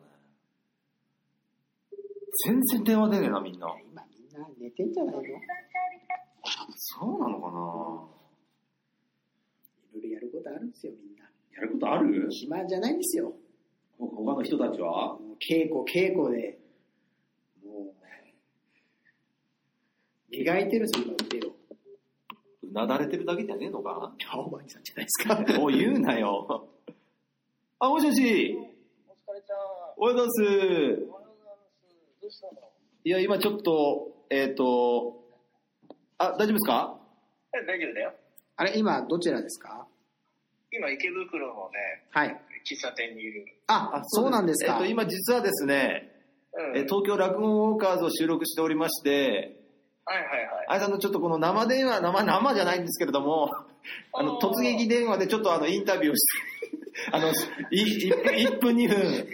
Speaker 2: 全然電話出ねえな、みんな。
Speaker 1: 今、みんな寝てんじゃないのいろ
Speaker 2: そうなのか
Speaker 1: いろやることあるんですよ、みんな。
Speaker 2: なやることある
Speaker 1: 暇じゃないんですよ。
Speaker 2: 他の人たちは
Speaker 1: もう稽古、稽古で、もう、磨いてるんですよ、今腕を。
Speaker 2: うなだれてるだけじゃねえのか な
Speaker 1: 青葉兄さんじゃないですか。
Speaker 2: もう言うなよ。あ、もしもし、
Speaker 3: お疲れちゃん。
Speaker 2: おはようございます。
Speaker 3: おはようございます。どうしたの
Speaker 2: いや、今ちょっと、えっ、と、あ、大丈夫ですか
Speaker 3: え、大丈夫だよ。
Speaker 1: あれ、今、どちらですか
Speaker 3: 今、池袋のね、
Speaker 1: はい。
Speaker 3: 喫茶店にいる。
Speaker 1: あ、そうなんです
Speaker 2: えっ、
Speaker 1: か。
Speaker 2: と、今実はですね、
Speaker 3: うん。
Speaker 2: えー東京落語ウォーカーズを収録しておりまして、
Speaker 3: はいはいはい。
Speaker 2: あいさんのちょっとこの生電話、生、生じゃないんですけれども、あの、
Speaker 3: あー
Speaker 2: 突撃電話でちょっとあの、インタビューをして、 あの、い、い1分2分、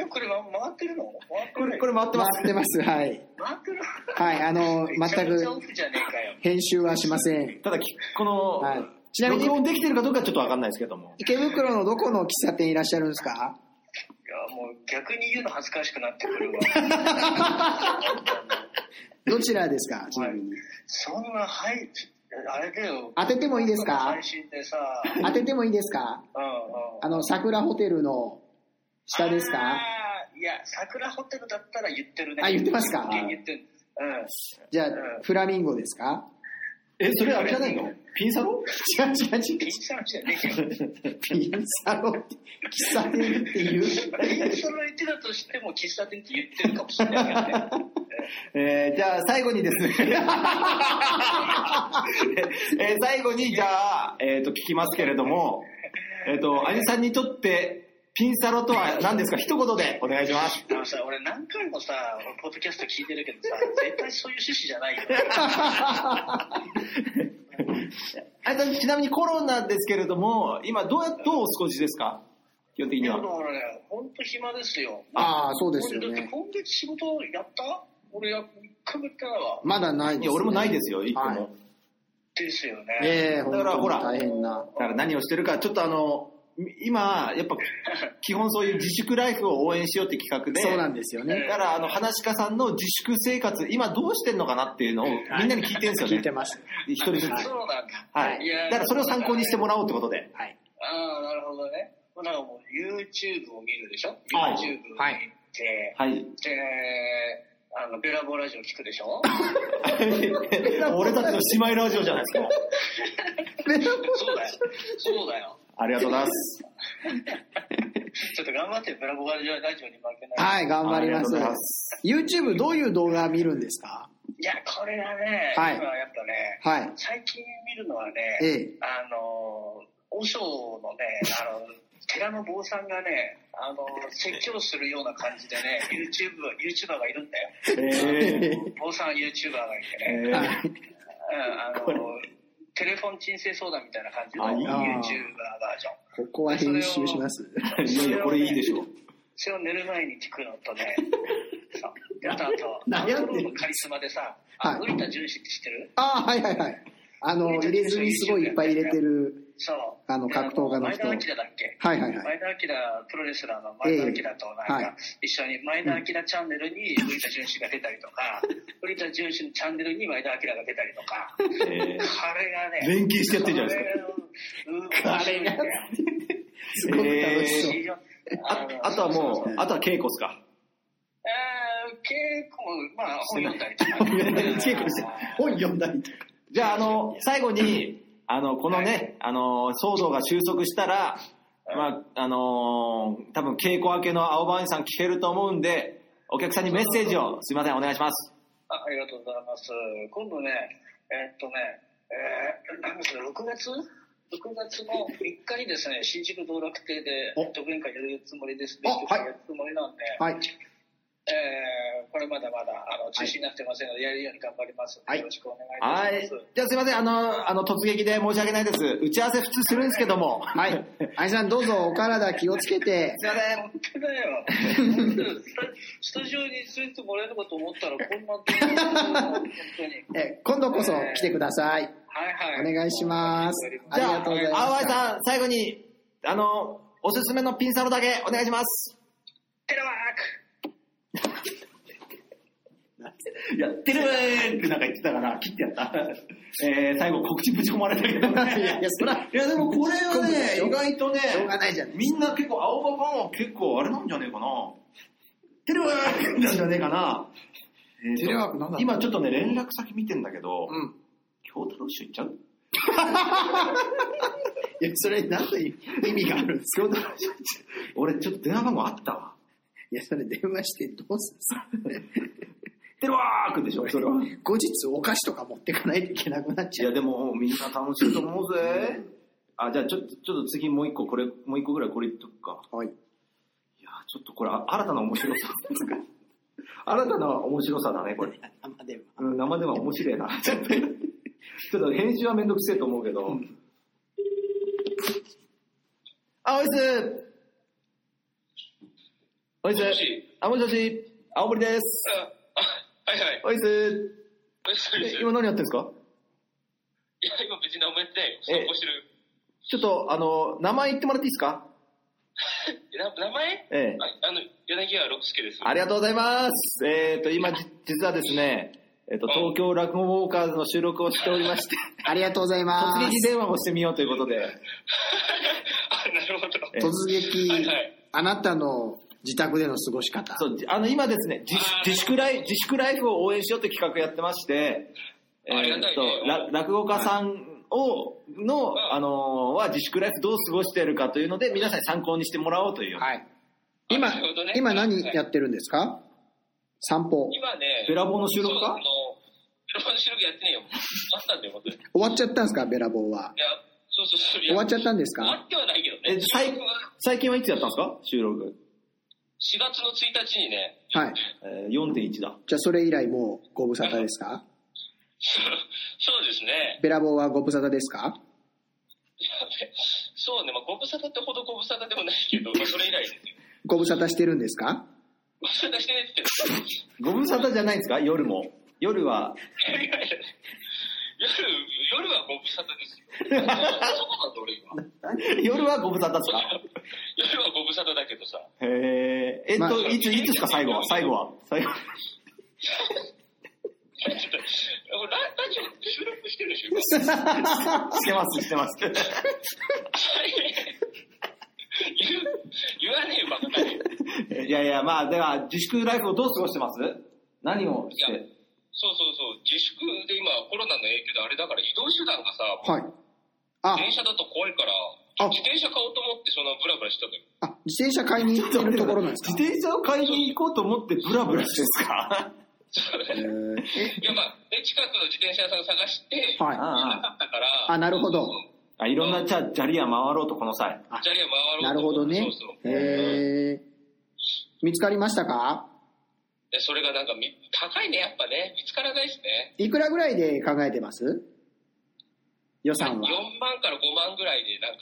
Speaker 3: え、これ、ま、回ってるの回って
Speaker 2: こ
Speaker 3: る
Speaker 2: れ、これ回ってま
Speaker 1: 回
Speaker 2: す
Speaker 1: っ。てます。はい。
Speaker 3: 回ってる
Speaker 1: はい、あの、
Speaker 3: めちゃ
Speaker 1: 全
Speaker 3: めちゃオ
Speaker 1: く
Speaker 3: フじゃねえかよ。
Speaker 1: 編集はしません。
Speaker 2: ただき、この、
Speaker 1: はい。ちなみ
Speaker 2: 録
Speaker 1: に、
Speaker 2: 音できてるかどうかちょっとわかんないですけ ども。
Speaker 1: 池袋のどこの喫茶店いらっしゃるんですか
Speaker 3: いや、もう逆に言うの恥ずかしくなってく るわ。
Speaker 1: どちらですかちなみに。
Speaker 3: そんな、はい、あれだよ。
Speaker 1: 当ててもいいですか
Speaker 3: 配 信でさ、うん
Speaker 1: 当ててもいいですか
Speaker 3: うん。
Speaker 1: あの、桜ホテルの下です
Speaker 3: あ
Speaker 1: か
Speaker 3: ーいや、桜ホテルだったら言ってるね。
Speaker 1: あ言ってますか
Speaker 3: 言ってる。うん。
Speaker 1: じゃあ
Speaker 3: う、ん
Speaker 1: フラミンゴですか
Speaker 2: え、それあれじゃないのピンサロ
Speaker 1: 違う違う違
Speaker 3: ピンサロじゃねえよ。
Speaker 1: う。ピンサロって、喫茶店っていう。
Speaker 3: その一だとしても喫茶店って言ってるかもしれないからね。
Speaker 2: えーじゃあ最後に ですね、えー最後にじゃあ、えーと聞きますけれども、えっ、と、アニさんにとってピンサロとは何ですか一言でお願いします。
Speaker 3: あのさ、俺何回もさ、ポッドキャスト聞いてるけどさ、絶対そういう趣旨じゃないよ。
Speaker 2: アニさん、ちなみにコロナですけれども、今どうや、どうお過ごしですか基本的
Speaker 3: い
Speaker 2: に
Speaker 3: や、
Speaker 2: は
Speaker 3: だか。らね、ほんと暇ですよ。
Speaker 1: ああ、そうですよ
Speaker 3: 俺だって
Speaker 1: ね。
Speaker 3: 今月仕事やった俺や、一回もやってないわ。
Speaker 1: まだないです、
Speaker 2: い
Speaker 1: ね。
Speaker 2: や、俺もないですよ、一個も。
Speaker 1: はい
Speaker 3: ですよね。
Speaker 1: ええ
Speaker 2: だからほら
Speaker 1: 本当に大変な。
Speaker 2: だから何をしてるか、ちょっとあの、今、やっぱ、基本そういう自粛ライフを応援しようって企画で、
Speaker 1: そうなんですよね。
Speaker 2: だから、あの、話し家さんの自粛生活、今どうしてんのかなっていうのをみんなに聞いてるんですよ
Speaker 1: 聞いて
Speaker 2: ね。
Speaker 1: ます。
Speaker 2: 一人ずつ。
Speaker 3: そうなんだ。
Speaker 2: はい。だからそれを参考にしても
Speaker 3: らう。
Speaker 2: らおうってことで。
Speaker 1: はい。
Speaker 3: ああ、なるほどね。まあなんかもう YouTube を見るでしょ
Speaker 2: はい
Speaker 3: ?YouTube を見て、
Speaker 2: はい。
Speaker 3: で、あの、ベラボーラジオ聞くで しょ
Speaker 2: 俺たちの姉妹ラジオじゃないですか。
Speaker 3: そうだよ。そうだよ。
Speaker 2: ありがとうございます。
Speaker 3: ちょっと頑張ってブラボガラジオラジオに負けない。
Speaker 1: はい、頑張ります。
Speaker 2: ありがとうございま
Speaker 1: YouTube どういう動画見るんですか
Speaker 3: いや、これがね、
Speaker 1: はい
Speaker 3: 今やっぱね、
Speaker 1: はい。
Speaker 3: 最近見るのは
Speaker 1: え
Speaker 3: ね、
Speaker 1: え。
Speaker 3: あの、和尚のね、あの、 寺の坊さんがね、あの、説教するような感じでね、YouTube、YouTuber がいるんだよ。
Speaker 2: え
Speaker 3: 坊さん YouTuber がいてね、
Speaker 2: え
Speaker 1: は
Speaker 2: ー
Speaker 1: い
Speaker 3: うん、あの、テレフォン鎮静相談みたいな感じの
Speaker 2: あいい
Speaker 3: YouTuber
Speaker 1: な
Speaker 3: バージョン。
Speaker 1: ここは編集します。
Speaker 2: いやいや、これいいでしょう。
Speaker 3: それを寝る前に聞くのとね、そうで あとあと、ア
Speaker 1: 悩んでる
Speaker 3: ウトローのカリスマでさ、あ
Speaker 1: はい
Speaker 3: ウリタ重視って知ってる
Speaker 1: ああ、はいはいはい。あの、入れ墨すごいいっぱい入れてる。
Speaker 3: そう。
Speaker 1: あの格闘家の人
Speaker 3: 前田明だっけ
Speaker 1: はいはいはい。
Speaker 3: 前田明、プロレスラーの前田明となん
Speaker 1: ええは
Speaker 3: か、一緒に前田明チャンネルにウリタ純子が出たり とか、ウリタ純子のチャンネルに前田明が出たりとか、こ
Speaker 2: え
Speaker 3: れが
Speaker 2: ー
Speaker 3: ね、
Speaker 2: 連携してやってるじゃないです
Speaker 3: か。あれが、
Speaker 1: すごい楽しそう。
Speaker 2: か。ああとはもう、あとは稽古っすか。
Speaker 3: えー、稽古、まあ、本読んだりと か。
Speaker 1: 稽古して、本読んだりとか。
Speaker 2: じゃあ、あの、最後に、あの、このね、あの、騒動が収束したら、まあ、あのー多分稽古明けの青葉兄さん聞けると思うんで、お客さんにメッセージを、すいません、お願いします。
Speaker 3: あありがとうございます。今度ね、えーっとね、えー、なんですか、6月 ?6 月の3日にですね、新宿道楽亭で
Speaker 1: お
Speaker 3: 独演会やるつもりです。
Speaker 1: あ
Speaker 3: 勉強会やるつもりなんで、
Speaker 1: はい。
Speaker 3: えーこれまだまだあの中止になってませんので、やるように頑張りますので、
Speaker 1: はい
Speaker 3: よろしくお願
Speaker 2: はいい
Speaker 3: いいたします。。
Speaker 2: じゃあ、すいません、あの、あの、突撃で申し訳ないです。打ち合わせ普通するんですけども。
Speaker 1: は。い。愛さんどうぞお体気をつけて。
Speaker 2: すいません。
Speaker 3: 本当だよ。本当スタスタジオに連れてもらえるかと思ったら、こんなとこ本当に。
Speaker 1: え、今度こそ来てください。
Speaker 3: はいはい。
Speaker 1: お願いします
Speaker 2: じ
Speaker 1: あり
Speaker 2: ゃ
Speaker 1: がとうございました
Speaker 2: あ、青葉さん、最後に、あの、おすすめのピンサロだけお願いします。
Speaker 3: テレワーク
Speaker 2: やってるーなんか言ってたから、切ってやった。 えー、最後告知ぶち込まれたけど
Speaker 1: い
Speaker 2: ね。
Speaker 1: やいやそら
Speaker 2: いやでもこれは
Speaker 1: ぶち込むで
Speaker 2: ね、
Speaker 1: しょ
Speaker 2: 意外とね、
Speaker 1: しょうがないじゃない
Speaker 2: みんな結構、青葉ファンは結構あれなんじゃねえかな。テレワークなんじゃねえかな。えと
Speaker 1: テレワークなんだ
Speaker 2: 今ちょっとね、連絡先見てんだけど、
Speaker 1: うん。
Speaker 2: 京太郎師匠行っちゃ う
Speaker 1: いや、それ何の意味があるんですか
Speaker 2: 京太郎師匠行っちゃう。俺ちょっと電話番号あったわ。
Speaker 1: いや、それ電話してどうす るんですか
Speaker 2: テレワークでしょ、それは。
Speaker 1: 後日お菓子とか持ってかないといけなくなっ
Speaker 2: い
Speaker 1: ちゃ
Speaker 2: や
Speaker 1: う。
Speaker 2: でもみんな楽しいと思う ぜ。あ、じゃあちょっと、ちょっと次もう一個これ、もう一個ぐらいこれ言っとくか。
Speaker 1: はい。
Speaker 2: いやちょっとこれあ新たな面 白さ。新たな面白さだね、これ。
Speaker 1: 生電話。
Speaker 2: うん、生では面白いな。 ちょっとちょっと編集はめんどくせえと思うけど。あ、おいす。おいす
Speaker 3: もしもし。
Speaker 2: あ、もしもし。青森です。
Speaker 3: あはいは
Speaker 2: お
Speaker 3: い。
Speaker 2: いす。
Speaker 3: そうで
Speaker 2: え
Speaker 3: す
Speaker 2: 今何やってんですか
Speaker 3: いや、今別に何もやってないよ。
Speaker 2: え
Speaker 3: 散歩してる。
Speaker 2: ちょっと、あの、名前言ってもらっていいですか
Speaker 3: えな名前
Speaker 2: ええ。
Speaker 3: ああの、柳川六輔です。
Speaker 2: ありがとうございます。えっ、と、今、じ実はですね、えっ、と、東京落語ウォーカーズの収録をしておりまして、
Speaker 1: ありがとうございま
Speaker 2: 突撃
Speaker 1: す。
Speaker 2: 電話をしてみようということで、
Speaker 3: あ、なるほど。
Speaker 2: ええ
Speaker 1: 突撃
Speaker 3: はいはい、
Speaker 1: あなたの自宅での過ごし方。
Speaker 2: そう、あの、今ですね、自
Speaker 3: あー
Speaker 2: 自粛ライ自粛ライフを応援しようという企画やってまして、え
Speaker 3: あり
Speaker 2: っ、
Speaker 3: がたいね
Speaker 2: と、ら落語家さんを、の、
Speaker 3: ん
Speaker 2: あのーは自粛ライフどう過ごしているかというので、皆さんに参考にしてもらおうという、
Speaker 1: はい。今
Speaker 3: なるほどね、
Speaker 1: 今何
Speaker 3: はい
Speaker 1: やってるんですか散歩。
Speaker 3: 今ね、
Speaker 2: ベラボーの収録か
Speaker 3: そうあのベラボーの収録やってねえ よ。あったんだよ、本当に。い
Speaker 1: 終わっちゃったんですかベラボーは。
Speaker 3: や、そうそうそう。い
Speaker 1: 終
Speaker 3: や
Speaker 1: わっちゃったんです
Speaker 3: 終わ
Speaker 1: か
Speaker 3: ってはないけど
Speaker 2: え
Speaker 3: ね。
Speaker 2: 最
Speaker 3: 収録は
Speaker 2: 最近はいつやったんですか収録。
Speaker 3: 4月の1日にね、
Speaker 1: はい。
Speaker 2: えー、4.1だ。
Speaker 1: じゃあそれ以来もうご無沙汰ですか
Speaker 3: そうそうですね。
Speaker 1: ベラボーはご無沙汰ですか
Speaker 3: いやそうね、まあ、ご無沙汰ってほどご無沙汰でもないけど、まあ、それ以来ですよ。
Speaker 1: ご無沙汰してるんですか
Speaker 3: ご無沙汰してないって言って
Speaker 2: ご無沙汰じゃないですか夜も。夜は、
Speaker 3: 夜、 夜はご無沙汰ですよ。 そうなんだ俺今。
Speaker 2: 夜はご無沙汰ですか
Speaker 3: 夜はご無沙汰だけどさ。
Speaker 2: へえ。えっと、
Speaker 1: まあ
Speaker 2: いつ、いつですか最後は。最後は。最後。
Speaker 3: ちょっとララジオ収録してるでしょ今
Speaker 2: してます、してます。
Speaker 3: 言う言わねえよバカだね
Speaker 2: いやいや、まあ、では、自粛ライフをどう過ごしてます何をし
Speaker 3: いや
Speaker 2: て。
Speaker 3: そうそうそう自粛で今コロナの影響であれだから移動手段がさ
Speaker 1: はい。あ、
Speaker 3: 電車だと怖いから
Speaker 1: あ
Speaker 3: 自転車買おうと思って、そのブラブラしてた んだけど。
Speaker 1: あ、自転車買いに行ってるところなんですか
Speaker 2: 自転車を買いに行こうと思ってブラブラしてです か
Speaker 1: えー
Speaker 3: いや、まあ、で、近くの自転車屋さん探して、
Speaker 1: え、はい。
Speaker 3: なかったから。
Speaker 1: あ、なるほど。
Speaker 2: あいろんなじゃあ砂利は回ろうとこの際
Speaker 3: ジャリア回ろう
Speaker 1: なるほどね
Speaker 3: そうそう。。
Speaker 1: えー、見つかりましたか
Speaker 3: で、それがなんかみ、高いね、やっぱね。見つからないですね。
Speaker 1: いくらぐらいで考えてます予算は。
Speaker 3: 4万から5万ぐらいで、なんか、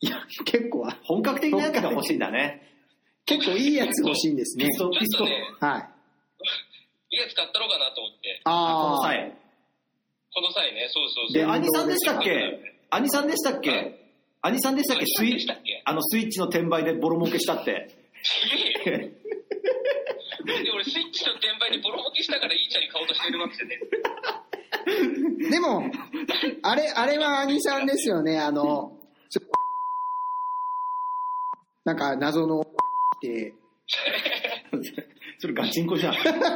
Speaker 1: いや、結構は、
Speaker 2: 本格的なやつが欲しいんだね
Speaker 1: 結構いいやつ欲しいんですね。
Speaker 2: そう
Speaker 3: ちょっとね、
Speaker 1: はい。
Speaker 3: いいやつ買ったろうかなと思って。
Speaker 2: この
Speaker 1: ああ、
Speaker 2: 際
Speaker 3: この際ね、そうそうそう。
Speaker 2: で
Speaker 1: 電動
Speaker 2: 兄さんでしたっけ兄さんでしたっ
Speaker 3: うん
Speaker 2: け兄さんでしたっけスイ
Speaker 3: 兄さんでしたっけ
Speaker 2: あのスイッチの転売でボロ儲けしたって
Speaker 3: いやいや で俺、スイッチの転売にボロボケしたからいいチャ リ買おうとしてるわけじゃねえ。
Speaker 1: でも、あれ、あれは兄さんですよね、あの、ちょなんか謎の、って、
Speaker 2: それガチンコじゃん
Speaker 3: おい、青森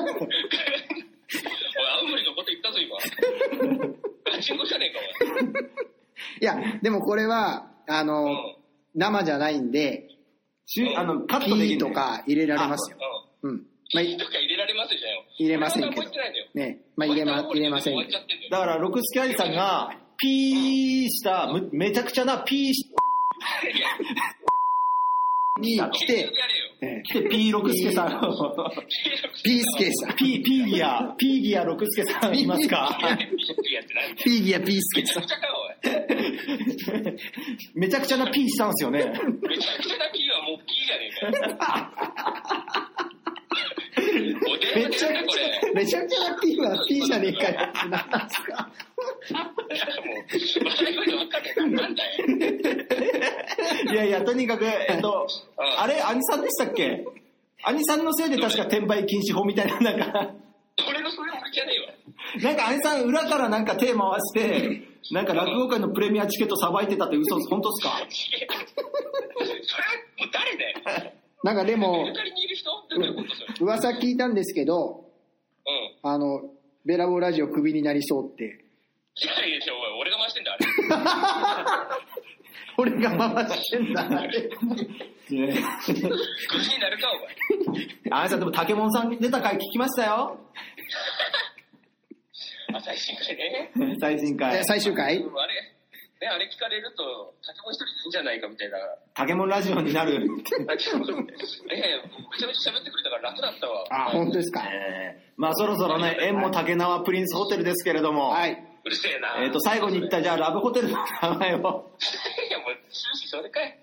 Speaker 3: のこと言ったぞ、 今。ガチンコじゃねえか、おい。
Speaker 1: いや、でもこれは、あの、
Speaker 3: うん。うん。
Speaker 1: 生じゃないんで、
Speaker 2: しゅあのカットでき
Speaker 1: P
Speaker 2: る
Speaker 1: とか入れられますよ。うん。まあ、
Speaker 3: いいとか入れられますよじゃんよ。
Speaker 1: 入れませんけど
Speaker 3: 俺は何も言ってないんだよ。
Speaker 1: ね、まあ、入れま、入れません
Speaker 3: 終わ
Speaker 1: けど
Speaker 3: っちゃってんだよ
Speaker 2: だから六助兄さんがピーしたむめちゃくちゃなピーし
Speaker 1: に
Speaker 3: いや
Speaker 1: 来
Speaker 3: 結
Speaker 1: て
Speaker 3: 局、やれよ。
Speaker 1: え
Speaker 2: てピー六助さんを
Speaker 1: ピース ケさん。
Speaker 2: ピーピーギアピーギア六助さんいますか
Speaker 3: ビッグやってない。
Speaker 1: ピーギアピース
Speaker 3: め
Speaker 1: ケ
Speaker 3: ち
Speaker 1: さ
Speaker 3: ゃ
Speaker 1: ん
Speaker 3: く。ちゃか、おい。
Speaker 2: めちゃくちゃなピーしたんですよね
Speaker 3: めちゃくちゃなキーはもうキーじゃねえかよ。お手
Speaker 1: め
Speaker 3: 上
Speaker 1: ちゃ
Speaker 3: げだな、
Speaker 1: く
Speaker 3: こ
Speaker 1: ち
Speaker 3: れ。
Speaker 1: ゃ、めちゃくちゃなピーはピーじゃねえかよ。なんなんすか
Speaker 3: もう、笑い声で分かんねえな。なんだよ。
Speaker 2: いやいやとにかくえっとあれ兄さんでしたっけ兄さんのせいで確か転売禁止法みたいななんか
Speaker 3: 俺のそれ俺じゃねえわ。
Speaker 2: なんか兄さん裏からなんか手回してなんか落語会のプレミアチケットさばいてたって嘘です本当っすか
Speaker 3: それは、もう誰だよ。
Speaker 1: なんかでも
Speaker 3: メル、カリにいる人どういうことそれ。うん。
Speaker 1: 噂聞いたんですけど、あの、ベラボーラジオクビになりそう って、
Speaker 3: いやいやいや、おい俺が回してんだ、あれ。
Speaker 1: 俺が回してんだな。
Speaker 2: ね
Speaker 3: クジになるか、お前。
Speaker 2: あんさんでも竹門さん出た回聞きました よ
Speaker 3: 朝日新聞ね。
Speaker 2: 最
Speaker 1: え
Speaker 2: 新回
Speaker 1: 最終
Speaker 3: あ
Speaker 1: 回
Speaker 3: れ、ね、あれ聞かれると、竹本一人でいいんじゃないかみたいな。
Speaker 2: 竹門ラジオになる
Speaker 3: いやいや、めちゃめちゃ喋ってくれたから楽だったわ。
Speaker 1: あ、本当ですか。
Speaker 2: えーまあそろそろね縁も竹縄プリンスホテルですけれども、
Speaker 1: はい。
Speaker 3: うるせえな。
Speaker 2: えっと最後に言ったじゃあラブホテルの名前を
Speaker 3: いや、もう、終始それかい。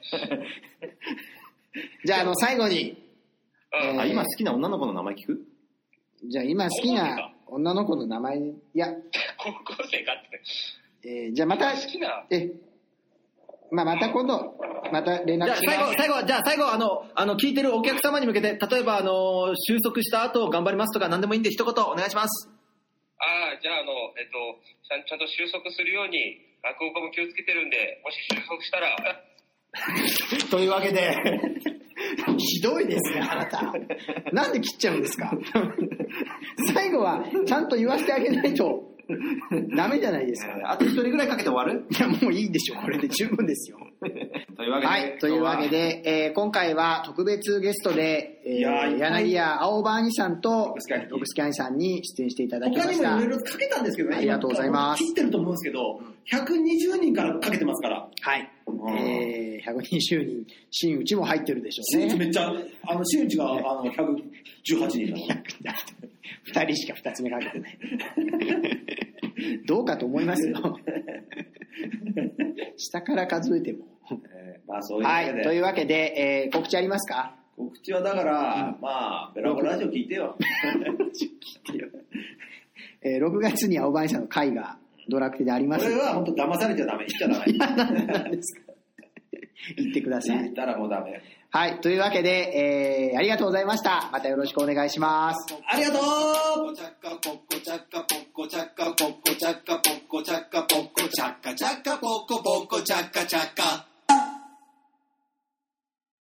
Speaker 1: じゃあ、あの、最後に、
Speaker 3: うん。
Speaker 1: えー
Speaker 2: あ今好きな女の子の名前聞く
Speaker 1: じゃあ今好きな女の子の名前、いや、
Speaker 3: 高校生かって。
Speaker 1: えーじゃあまた、
Speaker 3: 好きな。
Speaker 1: え、まあまた今度、また連
Speaker 2: じ
Speaker 1: 絡
Speaker 2: ゃあ
Speaker 1: し
Speaker 2: 最
Speaker 1: ま
Speaker 2: 後、
Speaker 1: す。
Speaker 2: 最後、じゃあ最後、あの、あの、聞いてるお客様に向けて、例えば、あの、収束した後、頑張りますとか、何でもいいんで、一言お願いします。
Speaker 3: ああ、じゃあ、あの、えっと、ちゃんちゃんと収束するように、落語家も気をつけてるんで、もし収束したら、
Speaker 2: というわけで、
Speaker 1: ひどいですね、あなた。なんで切っちゃうんですか最後は、ちゃんと言わせてあげないと、ダメじゃないですか。
Speaker 2: あと一人ぐらいかけて終わる
Speaker 1: いや、もういいでしょ、これで十分ですよ。
Speaker 2: というわ
Speaker 1: はい、というわけ。で、えー今回は特別ゲストで、えー
Speaker 2: いやーいっぱい
Speaker 1: 柳家青葉兄さんと
Speaker 2: 徳助兄貴、
Speaker 1: 徳助兄さんに出演していただきま
Speaker 2: 他に
Speaker 1: し
Speaker 2: も
Speaker 1: た
Speaker 2: いろ。いろかけたんですけどね。
Speaker 1: ありがとうございます
Speaker 2: 今切ってると思うんですけど、120人からかけてますから。
Speaker 1: はい。えー、120人、新内も入ってるでしょう
Speaker 2: 真打ち
Speaker 1: ね。
Speaker 2: めっちゃ、あの、真打ちが、あの、118人だから。
Speaker 1: 2人しか2つ目かけてない。どうかと思いますよ。下から数えても。
Speaker 4: えーまあそういうわ
Speaker 1: は
Speaker 4: け
Speaker 1: い、
Speaker 4: で、
Speaker 1: というわけで、えー告知ありますか
Speaker 4: 告知はだ から、まあ、ベラボラジオ聞いてよ。
Speaker 1: えー ?6 月に青葉兄さんの会がドラクテであり
Speaker 4: こ
Speaker 1: ます。
Speaker 4: れは本当騙されちゃダメ、言っちゃ ダメ。
Speaker 1: 何ですか言ってくださ
Speaker 4: 言
Speaker 1: い
Speaker 4: っ。たらもうダメ。
Speaker 1: はい、というわけで、えーありがとうございました。またよろしくお願いします。
Speaker 4: ありがとう
Speaker 5: ポコチャッカポッコチャッカポッコチャッカポッコチャッカポッコチャッカポッコチャッカチャッカポッコポッコチャッカチャッカ